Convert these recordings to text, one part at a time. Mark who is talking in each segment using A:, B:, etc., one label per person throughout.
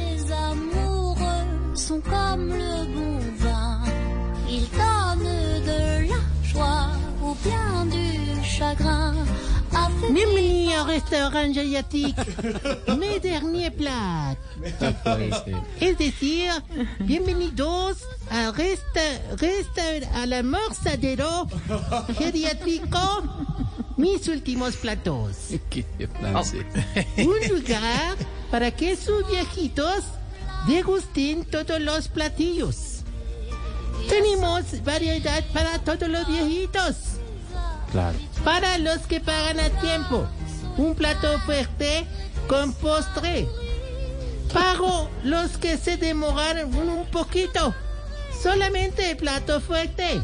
A: Les amoureux sont comme le bon vin. Ils donnent de la joie ou bien du chagrin. Affaiblis
B: Bienvenido au restaurant Yayatik. Mes derniers plats. Es decir, bienvenidos al resta, resta, al almorzadero geriátrico. Mis últimos platos.
C: Ah,
B: Un lugar para que sus viejitos degusten todos los platillos. Tenemos variedad para todos los viejitos. Para los que pagan a tiempo, un plato fuerte con postre. Pago los que se demoraron un poquito, solamente plato fuerte.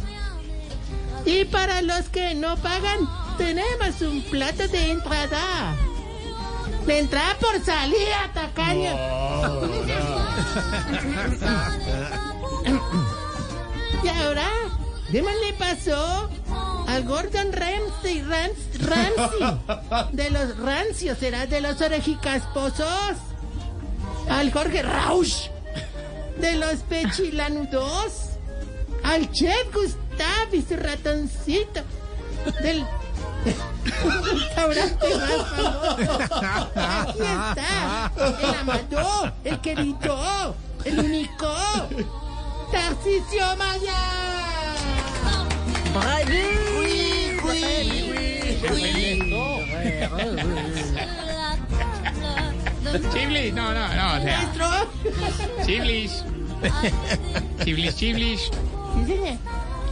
B: Y para los que no pagan, tenemos un plato de entrada. De entrada por salida, tacaño. Y ahora, démosle paso al Gordon Ramsay, Rams- Ramsay, de los rancios, será de los orejicasposos, al Jorge Rausch, de los pechilanudos, al chef Gustav y su ratoncito, del restaurante más famoso. Aquí está, el amado, el querido, el único, Tarcisio Maya. Oui, oui, oui, oui.
A: de la table de
D: Chiblis, no, no, no, o sea,
B: Maestro.
D: chiblis. Chiblis, chiblis.
B: Sí, señor.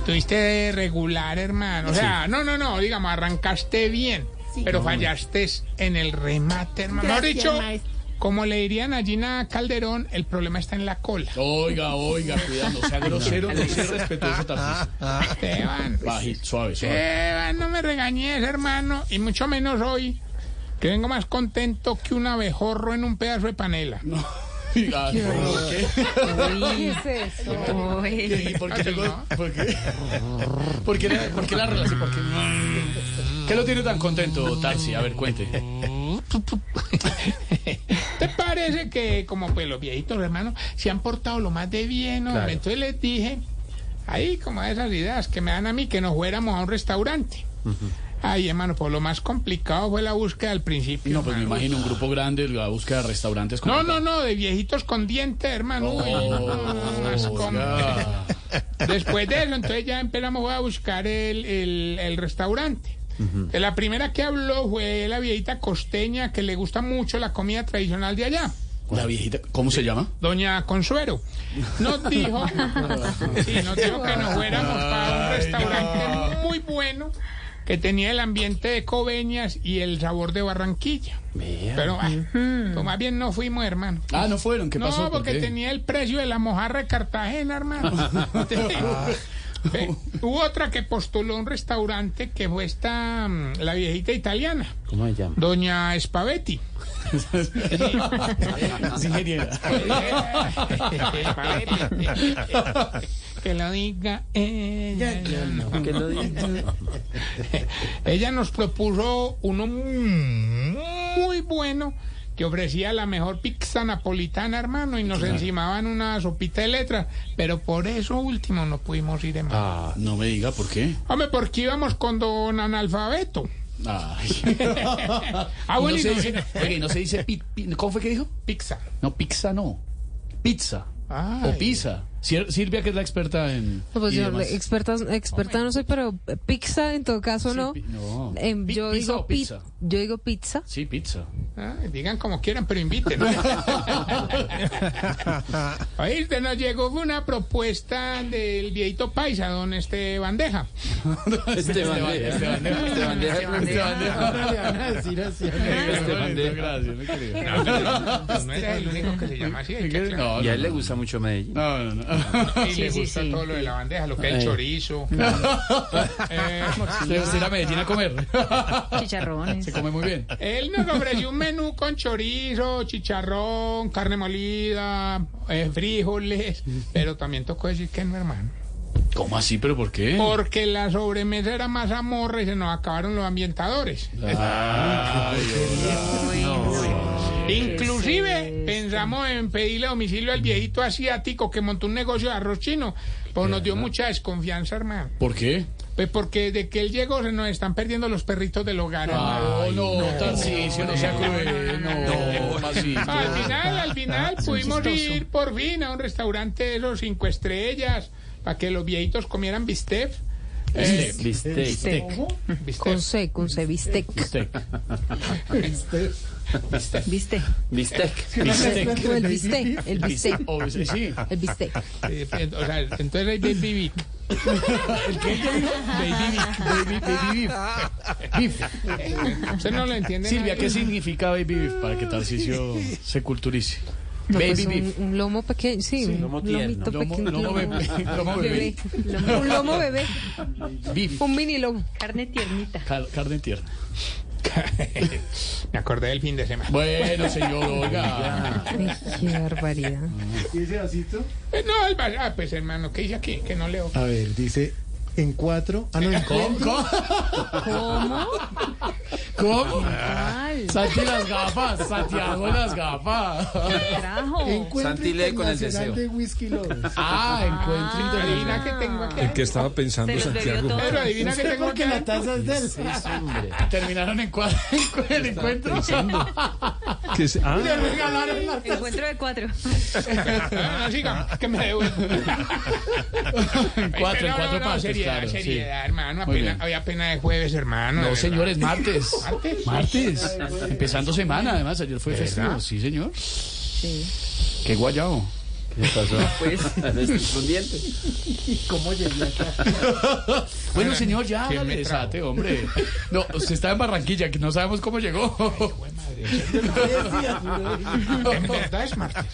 D: Tuviste regular, hermano. O sea, no, no, no, digamos, arrancaste bien,
B: Sí.
D: pero fallaste en el remate, hermano. Mejor
B: Gracias,
D: dicho,
B: maestro.
D: como le dirían a Gina Calderón, el problema está en la cola.
E: Oiga, oiga, cuidado, no sea grosero, no sea respetuoso, Tarcísio.
D: Ah, Esteban,
E: Bajito, suave, suave.
D: Esteban, no me regañes, hermano, y mucho menos hoy, que vengo más contento que un abejorro en un pedazo de panela.
E: Diga, ¿por qué? ¿Y por qué?
D: No.
E: ¿Por qué? ¿Por qué la- por qué la relación? ¿Por qué? ¿Qué lo tiene tan contento, Tarsi? A ver, cuente.
D: ¿Te parece que como pues los viejitos hermanos se han portado lo más de bien? hombre? Entonces les dije, ahí como esas ideas que me dan a mí que nos fuéramos a un restaurante. Ay, hermano, pues lo más complicado fue la búsqueda al principio.
E: No, pues me
D: hermano.
E: imagino un grupo grande la búsqueda de restaurantes. con-
D: no, no, no, de viejitos con dientes, hermano. Uy, no, más
E: Oh,
D: com-
E: oiga.
D: Después de eso, entonces ya empezamos a buscar el, el- el restaurante. Eh, La primera que habló fue la viejita costeña que le gusta mucho la comida tradicional de allá.
E: La viejita, ¿cómo se llama?
D: Doña Consuelo nos dijo, sí, nos dijo que nos fuéramos para un restaurante muy bueno que tenía el ambiente de Coveñas y el sabor de Barranquilla. Pero ah, pues más bien no fuimos, hermano.
E: Ah, no fueron, ¿qué
D: no,
E: pasó? ¿Por
D: porque
E: qué?
D: tenía el precio de la mojarra de Cartagena, hermano. Eh, hubo otra que postuló un restaurante que fue esta, mm, la viejita italiana. ¿Cómo se llama? Doña Spavetti.
E: Es Ah, ingeniera.
D: que lo diga ella.
C: Que lo diga.
D: Ella nos propuso uno muy bueno que ofrecía la mejor pizza napolitana, hermano, y nos encimaban una sopita de letras. Pero por eso último no pudimos ir, hermano.
E: Ah, no me diga por qué.
D: Hombre, porque íbamos con don analfabeto.
E: Ay.
D: Ah,
E: Y
D: bueno,
E: no
D: y
E: se
D: no-
E: dice, oye, y no se dice pi- pi- ¿Cómo fue que dijo?
D: pizza.
E: No, pizza no. Pizza.
D: Ay.
E: O pizza. Sir- Silvia, que es la experta en.
F: No, Pues
E: y
F: yo
E: demás. Oh,
F: experta, experta no soy, pero pizza en todo caso
E: Sí,
F: no.
E: pi- no.
F: Em,
E: Pi-
F: yo
E: pizza
F: digo
E: o
F: pi-
E: pizza.
F: Yo digo pizza.
E: Sí, pizza.
D: Ah, Digan como quieran, pero inviten. Oíste, nos llegó una propuesta del viejito paisa, don este bandeja.
E: Esteban, Esteban, Esteban, Esteban, Esteban.
B: Ahora le van a decir así.
E: Esteban, gracias, mi querido.
D: Ah. No es el único que se llama así. hay que aclarar.
E: No,
C: Y a él
E: no,
C: le gusta mucho Medellín.
E: no, no, no.
D: Y le gusta todo lo de la bandeja, lo que es el chorizo. Eh,
E: Le gusta ir a Medellín a comer.
F: Chicharrones.
E: Se come muy bien.
D: Él nos ofreció un menú con chorizo, chicharrón, carne molida, eh, frijoles, pero también tocó decir que no, hermano.
E: ¿Cómo así? ¿Pero por qué?
D: Porque la sobremesa era más amorra y se nos acabaron los ambientadores. Inclusive pensamos en pedirle a domicilio al viejito asiático que montó un negocio de arroz chino, pues nos dio mucha desconfianza, hermano.
E: ¿Por qué?
D: Pues porque desde que él llegó se nos están perdiendo los perritos del hogar, hermano.
E: No, no, Tarcicio, no sea cruel. No, Maxito.
D: Al final, al final pudimos ir por fin a un restaurante de los cinco estrellas para que los viejitos comieran bistec. Eh,
C: Bistec.
F: Bistec.
D: bistec.
F: Con C, con C, bistec.
D: pues,
F: Bistec.
C: Bistec.
F: O el bistec. El bistec.
E: Oh, sí, sí.
F: El bistec.
D: Eh, eh, o sea, entonces hay baby Vic.
E: Baby beef, baby, baby beef. Beef.
D: Usted no lo entiende.
E: Silvia,
D: nadie.
E: ¿qué significa baby beef? Para que Tarcicio se culturice.
F: No,
E: Baby
F: pues
E: beef.
F: Un, un lomo pequeño, sí. un
C: lomo
F: lomito
C: tierno.
E: Lomo-
F: pequeño.
E: lomo bebé, lomo bebé.
F: Lomo- Un lomo bebé.
E: Beef.
F: Un mini lomo.
G: Carne tiernita.
E: Car- carne tierna.
D: Me acordé del fin de semana.
E: Bueno, señor, oiga.
F: Ay, qué barbaridad.
H: Dice vasito.
D: Eh, no, el bar- ah, pues hermano, ¿qué dice aquí? Que no leo.
H: A ver, dice en cuatro. Ah, no, en
E: ¿Cómo? ¿Cómo? ¿Cómo?
G: Mal.
E: Santi las gafas, Santiago las gafas.
G: Trajo.
C: Santi lee con el deseo.
H: de whisky lovers.
E: Ah, encuentro internacional.
D: Adivina que tengo aquí.
I: que estaba pensando
G: Se los bebió
I: Santiago.
G: todo.
D: Pero adivina que
H: Usted
D: tengo
H: porque
D: aquí.
H: la taza es de él.
E: Terminaron en cua- en encuentro.
I: Que se- ah,
G: Encuentro de cuatro.
D: Ah, siga, que me devuelvo.
E: En cuatro, en
D: No, no,
E: cuatro
D: no,
E: partes,
D: seriedad,
E: claro. sí.
D: seriedad, hermano.
E: Muy
D: Apenas,
E: bien.
D: hoy apenas es jueves, hermano. de
E: No,
D: verdad.
E: señores, martes.
D: ¿Martes?
E: Martes. Empezando semana, además, ayer fue festivo. Sí, señor. Sí. Qué guayao.
C: ¿Qué pasó? Pues, un diente.
E: Bueno, señor, ya,
D: ¿quién me
E: dale,
D: trajo?
E: desate, hombre. No, usted está en Barranquilla, que no sabemos cómo llegó.
D: En verdad es martes.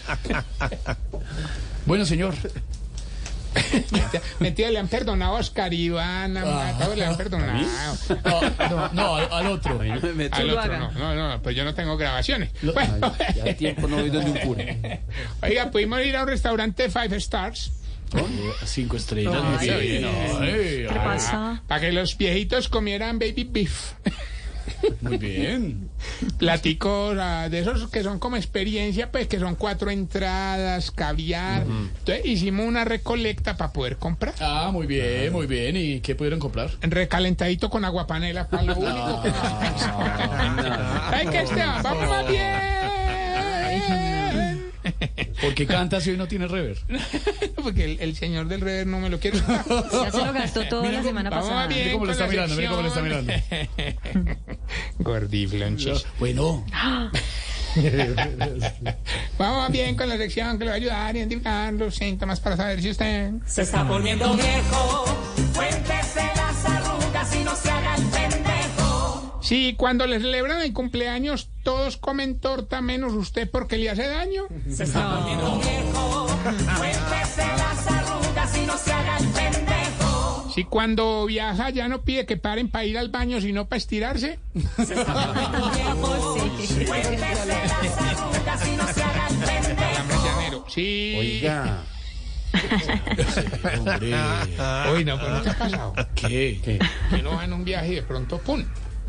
E: Bueno, señor.
D: Mentira, le han perdonado a Oscar Iván, a
E: Ah.
D: todos le han perdonado.
E: No, no, no, al, al otro.
C: Me meto.
D: Al
G: lo
D: otro
G: haga.
D: no, no, no, pues yo no tengo grabaciones. Bueno,
C: Ya de tiempo no voy donde un cura.
D: oiga, pudimos ir a un restaurante Five Stars
E: Cinco estrellas.
G: Ay,
E: muy bien, ay,
G: ¿Qué
E: ay,
G: pasa?
D: para que los viejitos comieran baby beef.
E: Muy bien.
D: Platicos ah, de esos que son como experiencia, pues que son cuatro entradas, caviar. Entonces hicimos una recolecta para poder comprar.
E: Ah, muy bien, muy bien. ¿Y qué pudieron comprar?
D: Recalentadito con aguapanela para lo único que
E: Ah,
D: Ay, que Esteban, vamos más bien.
E: ¿Por qué canta si hoy no tiene rever?
D: Porque el, el señor del rever no me lo quiere.
G: Ya se lo gastó todo la semana
D: Vamos
G: pasada.
D: más bien.
E: cómo
D: con
E: lo está
D: la
E: mirando, mire cómo lo está mirando.
D: sección. Gordiflonchis.
E: Bueno,
D: Vamos más bien con la sección que le va a ayudar a identificar los síntomas para saber si usted.
B: Se está poniendo viejo. Cuéntese las arrugas y no se haga el pendejo.
D: Si cuando le celebran el cumpleaños todos comen torta menos usted porque le hace daño.
B: Viejo. Cuéntese las arrugas y no se haga el pendejo.
D: Si cuando viaja ya no pide que paren para ir al baño sino para estirarse.
B: Cuéntese las arrugas y no se haga el pendejo.
D: Hombre, llanero. Sí.
C: Oiga,
E: hombre.
D: Hoy no, pero ¿no te ha pasado?
E: ¿Qué? ¿Qué?
D: Que no van a un viaje y de pronto, ¡pum!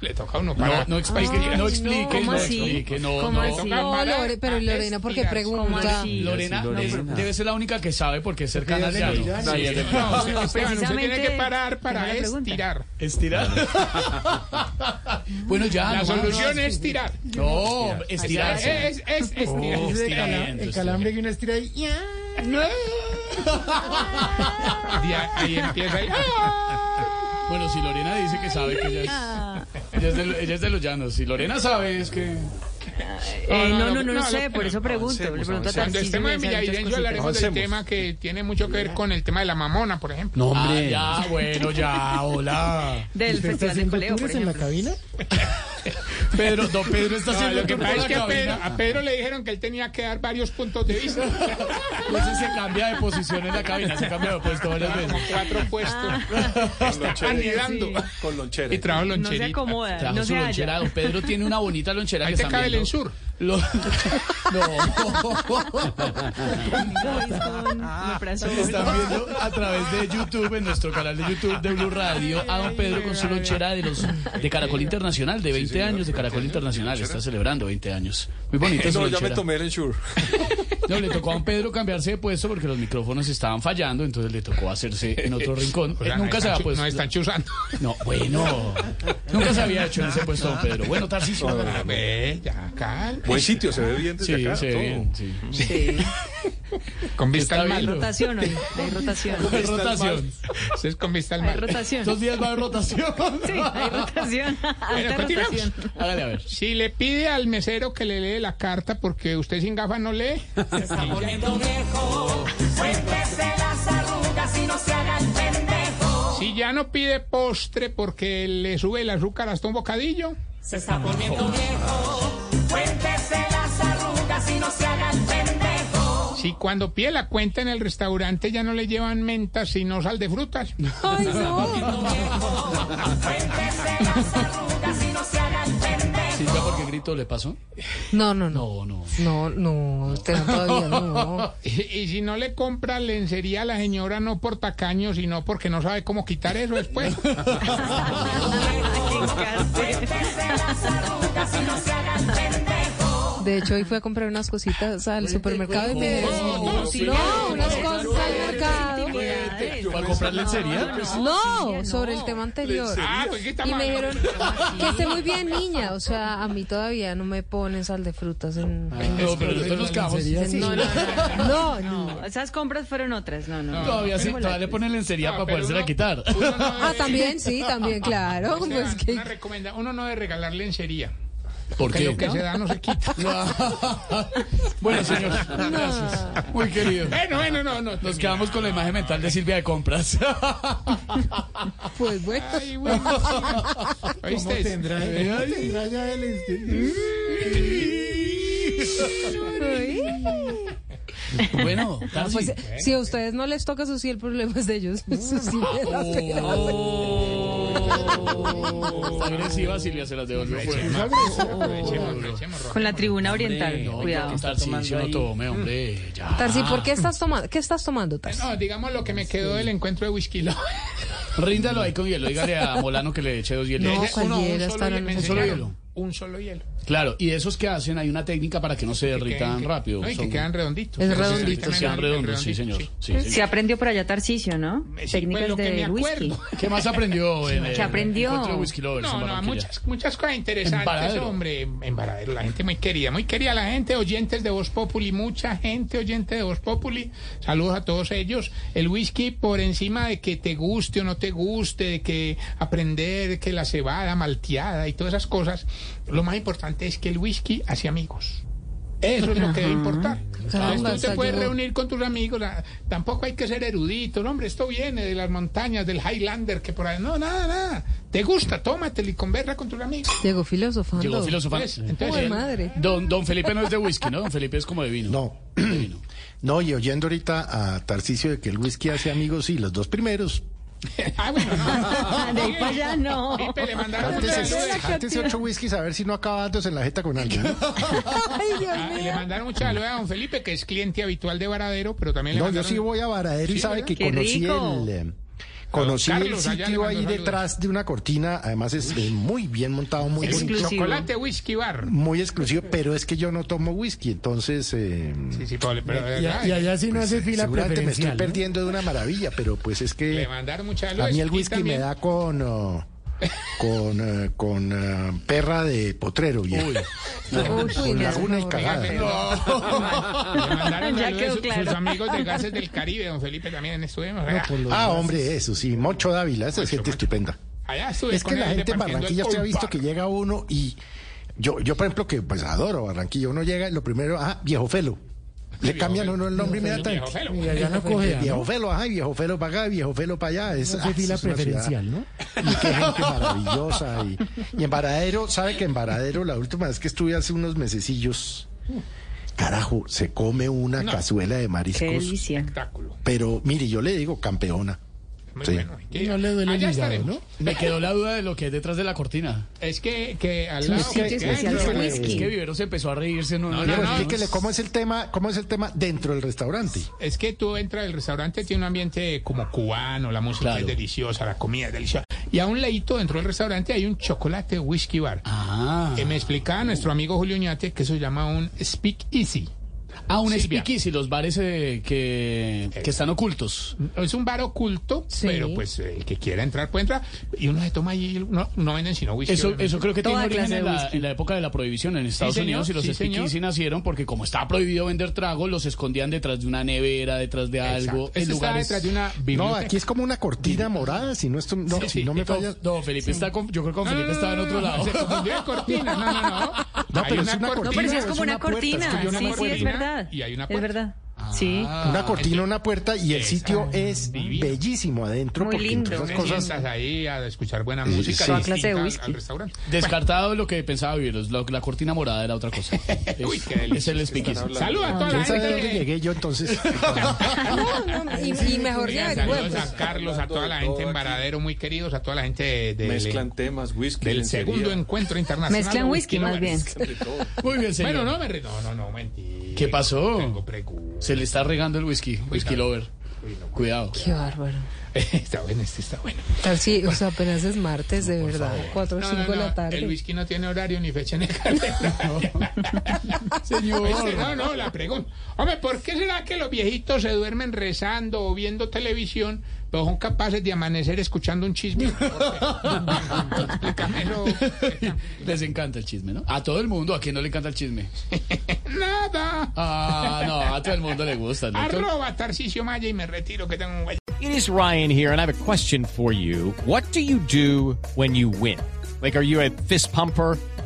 D: Le toca a uno
E: no,
D: para.
E: no explique,
D: Ay,
E: no
D: no.
E: explique,
D: ¿Cómo
E: no
D: así?
E: explique, no,
D: ¿Cómo
E: no.
D: así?
F: No, Lore- pero Lorena, ¿por qué
D: Respirar. ¿Cómo
F: pregunta?
D: así?
E: Lorena,
C: Sí, Lorena.
E: no, debe ser la única que sabe porque es cercana
H: Porque ella
E: a
H: es de
E: Llano.
H: Llano.
E: Sí, es de-
D: No, usted- Esteban, usted tiene
G: precisamente,
D: que parar para
G: tenía la pregunta.
D: estirar.
E: Estirar. bueno, ya.
D: La
E: no,
D: solución
E: no,
D: es tirar.
E: No, estirar.
D: Es, es, es
H: Dice
D: estirar.
E: Oh,
H: de cala-
E: estiramiento,
H: el calambre que uno estira ahí. ¡ya!
D: Y a- ahí empieza ahí.
E: Bueno, si Lorena dice que sabe que ella es, ella es, de, lo- ella es de los llanos, si Lorena sabe es que...
G: Eh, no,
D: No,
G: no,
D: no,
G: no,
D: no,
G: lo
D: no,
G: sé,
D: no,
G: por eso pregunto. Le pregunto a
D: Cuando
G: Tarcisio
D: estemos
G: y me sabe
D: en
G: muchas
D: Villavicencio hablaremos del
I: Avancemos.
D: tema que tiene mucho que ver con el tema de la mamona, por ejemplo.
I: No,
E: Ah,
I: hombre.
E: ya, bueno, ya, hola.
G: cositas. Del
H: ¿Usted está
G: Festival del
H: haciendo
G: Coleo, por
H: tours en la
G: ejemplo.
H: cabina?
E: Pedro, don Pedro está
D: No,
E: haciendo
D: lo que
E: tour por
D: pasa es
E: la
D: que a Pedro,
E: cabina.
D: a Pedro le dijeron que él tenía que dar varios puntos de vista.
E: Entonces se cambia de posición en la cabina, se cambia de puesto varias
D: Como
E: veces.
D: cuatro puestos. Está anidando.
I: Con lonchera.
D: Y trajo
G: No se
D: loncherita.
G: acomoda,
E: Trajo
G: no
E: su
G: se
E: lonchera,
G: halla.
E: don Pedro tiene una bonita lonchera
D: Ahí
E: que
D: te
E: está
D: cabe el ensur.
E: Lo... No.
G: Boys con omeprazol.
E: Están viendo Pues a través de YouTube, en nuestro canal de YouTube de Blue Radio, a don Pedro con su lonchera de los de Caracol Internacional, de 20 años de Caracol Internacional. Está celebrando 20 años. Muy bonita su
I: No, ya me
E: lonchera.
I: tomé el ensure.
E: No, le tocó a don Pedro cambiarse de puesto porque los micrófonos estaban fallando, entonces le tocó hacerse en otro rincón.
D: O
E: Él
D: sea, no
E: nunca se
D: Pues, ah, están
E: había
D: chu-
E: puesto.
D: No están chuzando.
E: No, bueno. Nunca se había hecho en ese puesto don Pedro. Bueno, Tarcisio.
D: A ver, ya, calma.
I: Buen sitio, se ve bien desde
E: Sí,
I: acá.
E: sí,
I: todo.
E: bien, sí.
G: Sí,
D: Con vista
E: Está
D: al
E: bien.
D: mal.
G: rotación hoy. Hay rotación.
E: Hay rotación.
D: Eso es con vista al
G: Hay
D: mal.
G: rotación.
E: Dos días va de rotación.
G: Sí, hay rotación. Alta
D: continuemos.
G: rotación.
E: Hágale a ver.
D: Si le pide al mesero que le lee la carta porque usted sin gafas no lee, si ya no pide postre porque le sube el azúcar hasta un bocadillo, si cuando pide la cuenta en el restaurante ya no le llevan mentas sino sal de frutas,
F: Ay, no.
E: Silvia, ¿por qué grito le pasó?
F: No, no, no.
E: No, no.
F: No, no, te todavía no.
D: y, y si no le compra lencería a la señora no por tacaño sino porque no sabe cómo quitar eso después.
G: Qué
F: De hecho, hoy fui a comprar unas cositas al supermercado y me...
E: no, sí,
F: No, unas cosas al mercado.
G: intimidades.
E: ¿Para comprar lencería?
F: No, sobre el tema anterior.
D: Ah, pues ¿qué está
F: Y me
D: mal?
F: dijeron que esté muy bien, niña. O sea, a mí todavía no me ponen sal de frutas en.
E: No, pero nosotros nos quedamos.
F: en- No, no, no, no. no.
G: Esas compras fueron otras, no, no.
E: Todavía sí, todavía le ponen lencería para
D: pero
E: podérsela
D: uno-
E: quitar.
D: uno no
F: Ah,
D: debe-
F: también, sí, también, claro.
D: Esteban,
F: Pues que.
D: una recomenda- uno no debe regalar lencería.
E: ¿Por
D: Que
E: qué?
D: lo que se da no se quita.
E: Bueno, señor. Gracias. Muy querido.
D: Bueno, bueno, no, no.
E: Nos quedamos con la imagen mental de Silvia de compras.
F: Pues bueno.
D: Ay, bueno, sí.
H: ¿Cómo
D: ¿Oíste?
H: tendrá, ¿Cómo tendrá ya el este-
E: Bueno,
F: Ah,
E: Tarsi.
F: pues, si a ustedes no les toca eso sí, el problema es de ellos. Eso sí, de las penas.
E: Oh, agresiva Silvia se las devolvió.
D: Aprovechemos,
E: Oh.
D: aprovechemos, aprovechemos, Roja.
G: Con la tribuna oriental,
E: No,
G: cuidado.
E: Tarcisio no tome,
F: Mm.
E: hombre. Ya.
F: Tarsi, ¿por qué estás tomando? ¿Qué estás tomando, Tarsi?
D: No, digamos lo que me quedó del encuentro de Whisky Love.
E: Ríndalo ahí con hielo. Dígale a Molano que le eche dos hielos.
F: No, cualquiera,
D: Uno, un,
F: hasta
D: solo
F: ahora
D: hielo, me
F: no sé.
E: solo
D: enseñaron.
E: hielo.
D: un solo hielo.
E: Claro, y esos que hacen, hay una técnica para que no se derritan
D: Que-
E: rápido.
D: no, y
E: Son-
D: que quedan redonditos.
F: Es
D: Que se
F: redondito.
D: derritan en
E: sean
D: el-
E: redondos, sí,
D: redondito,
E: señor.
D: sí.
E: Sí,
G: Se
E: señor.
G: aprendió por allá Tarcisio, ¿no?
D: Sí,
G: Técnicas
D: pues, lo que me
G: de whisky.
D: acuerdo.
E: ¿Qué más aprendió en el
G: ¿Qué aprendió?
E: encuentro de whisky lovers en
D: No, no,
E: Barranquilla?
D: muchas, muchas cosas
E: En
D: interesantes,
E: Varadero.
D: hombre. En Varadero, la gente muy querida, muy querida la gente, oyentes de Voz Populi, mucha gente oyente de Voz Populi. Saludos a todos ellos. El whisky, por encima de que te guste o no te guste, de que aprender que la cebada malteada y todas esas cosas, lo más importante es que el whisky hace amigos. Eso es lo que debe importar.
F: Caramba,
D: Entonces, tú
F: hasta
D: te puedes
F: yo-
D: reunir con tus amigos, la- tampoco hay que ser erudito, no, hombre, esto viene de las montañas, del Highlander, que por ahí, no, nada, nada. Te gusta, tómatelo y conversa con tus amigos.
F: Llegó filosofando.
E: Llegó filosofal.
D: Pues, entonces,
F: Uy,
D: él-
F: madre.
E: Don, don Felipe no es de whisky, ¿no? Don Felipe es como de vino.
I: No. No, y oyendo ahorita a Tarcicio de que el whisky hace amigos, sí, los dos primeros
D: Ah, bueno.
F: De ahí para allá, no.
D: Pipe, le mandaron un
E: Cántese,
D: saludo.
E: cántese ocho whiskies a ver si no acaba dándose en la jeta con alguien.
D: Ah, Le mandaron un saludo a don Felipe, que es cliente habitual de Varadero, pero también le
E: No, yo
D: mandaron...
E: sí voy a Varadero y
D: Sí,
E: sabe
D: ¿verdad?
E: que
F: Qué
E: conocí
F: rico.
E: el... eh, Conocí el
D: Carlos, allá le
E: sitio
D: mando
E: ahí
D: saludos.
E: detrás de una cortina, además es eh, muy bien montado, muy bonito,
F: Exclusivo.
D: Chocolate Whisky Bar.
E: muy exclusivo, pero es que yo no tomo whisky, entonces eh, pues,
D: Sí, sí, Pablo, pero de
J: Y,
D: verdad,
J: a- y allá sí no hace fila
E: seguramente me estoy
J: preferencial. ¿no?
E: perdiendo de una maravilla, pero pues es que...
D: le mandaron mucha luz.
E: A mí el
D: y
E: whisky
D: también-
E: me da con oh, con eh, con eh, perra de potrero viejo.
K: pues,
F: Uy,
E: con
F: qué
E: laguna y
F: horror.
E: cagada.
D: Le mandaron
F: Ya
D: saludos
F: quedó
D: sus-
F: claro.
D: sus amigos de Gases del Caribe, don Felipe también estuvimos. allá.
E: Ah, hombre, eso sí, Moncho Dávila, esa es gente estupenda.
D: Allá estuve
E: Es que
D: con
E: la
D: él
E: gente en
D: repartiendo
E: Barranquilla
D: el
E: usted ha visto
D: Colpac.
E: que llega uno y yo yo por ejemplo que pues adoro Barranquilla, uno llega y lo primero, ah, viejo felo. Le
D: Viejo
E: cambian
D: Felo.
E: uno el nombre
D: Viejo
E: inmediatamente.
D: Felo.
J: Y allá no coge. ¿no?
E: Viejo felo, ajá, y viejo felo para acá, y viejo felo para allá. Es,
J: No
E: ah,
J: hace fila
E: es una ciudad-
J: preferencial, ¿no?
E: Y qué gente maravillosa. Y, y en Varadero, ¿sabe que en Varadero la última vez que estuve hace unos mesecillos, carajo, se come una
D: No.
E: cazuela de
F: Qué
E: mariscos?
F: delicia.
D: Espectáculo.
E: Pero mire, yo le digo campeona.
D: Muy
E: Sí.
D: bueno. Y
J: No le duele el
D: allá
J: hígado,
D: estaremos.
J: ¿no?
C: Me quedó la duda de lo que hay detrás de la cortina.
D: Es que, que al lado...
F: sitio
D: que-
F: especial
D: que-
F: de
D: que-
F: whisky.
C: Es que Vivero se empezó a reírse. No,
D: No,
C: no,
D: no,
E: Pero
D: no.
E: explíquele cómo es el tema, cómo es el tema dentro del restaurante.
D: Es que tú entras al restaurante, tiene un ambiente como cubano, la música
C: Claro.
D: es deliciosa, la comida es deliciosa. Y a un ladito dentro del restaurante hay un chocolate whisky bar.
C: Ah,
D: Eh, me explicaba nuestro amigo Julio Ñate que eso se llama un speak easy.
C: ah, un
D: Sí,
C: speakeasy, los bares eh, que, que están ocultos.
D: Es un bar oculto,
K: Sí.
D: pero pues eh, el que quiera entrar puede entrar. Y uno se toma allí, no, no venden sino whisky.
C: Eso,
D: obviamente.
C: eso creo que tiene
F: Toda
C: origen
F: clase de
C: en la,
F: whisky.
C: en la época de la prohibición en Estados
D: señor,
C: Unidos y los
D: sí,
C: speakeasy
D: señor.
C: nacieron porque como está prohibido vender tragos, los escondían detrás de una nevera, detrás de
D: Exacto.
C: algo, en
D: Eso está
C: lugares...
D: detrás de una
E: No,
D: biblioteca.
E: aquí es como una cortina morada, si no, esto, no,
D: Sí,
E: si
D: sí,
E: no Ah. me
D: y todo-
E: falla.
C: No, Felipe está con- yo creo que con Felipe estaba en otro lado.
D: Se confundió de cortina. No, no, no.
E: No,
D: Hay
E: pero es una
F: No,
E: cortina.
F: pero eso
E: es
F: es como
E: una
F: una,
E: puerta, es
F: cortina.
D: que yo no
F: sí,
D: me
F: sí, es
D: acuerdo.
F: verdad.
D: Y hay una
F: Es
D: puerta. Ah,
F: verdad. Sí.
E: Una cortina, una puerta y el
D: Exacto.
E: sitio es
D: Divino.
E: bellísimo adentro
F: Muy
E: porque
F: lindo.
E: entre otras
D: Te
E: cosas
D: sientas ahí a escuchar buena
E: Sí,
D: música.
E: sí.
D: distinta
E: Toda
F: clase de
D: al-
F: whisky.
D: Al restaurante.
C: Descartado lo que pensaba Viveros, lo- la cortina morada era otra cosa. Es,
D: Uy, qué
C: es
D: delicia.
C: el speakeasy.
D: Saluda a toda la
E: ¿Quién sabe dónde
D: gente.
E: llegué yo entonces?
K: No, no, y, y mejor
D: Oigan,
K: ya
D: Saludos
K: averigüemos.
D: a Carlos, a toda la gente en Varadero, muy queridos, a toda la gente de- de-
L: Mezclan temas, whisky,
D: del
L: lencería,
D: segundo encuentro internacional.
F: Mezclan
D: de
F: whisky, más bien.
D: lovers.
L: de todo.
C: Muy bien, señor.
D: Bueno, no, me re- no, no, no, mentira.
C: ¿Qué pasó?
D: Tengo preguntas.
C: Se le está regando el whisky, whisky lover. Cuidado.
K: Qué bárbaro.
D: Está bueno, este está bueno.
K: Ah, Sí, o sea, apenas es martes, de verdad. Cuatro o
D: No,
K: cinco
D: no,
K: de la
D: no, El
K: tarde.
D: whisky no tiene horario ni fecha en el calendario. Este, no, no, la pregunta. Hombre, ¿por qué será que los viejitos se duermen rezando o viendo televisión, pero son capaces de amanecer escuchando un chisme? ¿Por qué? Explícame eso.
C: Les encanta el chisme, ¿no? A todo el mundo, ¿a quién no le encanta el chisme?
D: Nada.
C: Ah, no, a todo el mundo le gusta, ¿no?
D: Arroba Tarcisio Maya y me retiro que tengo un guay.
M: It is Ryan here, and I have a question for you. What do you do when you win? Like, are you a fist pumper?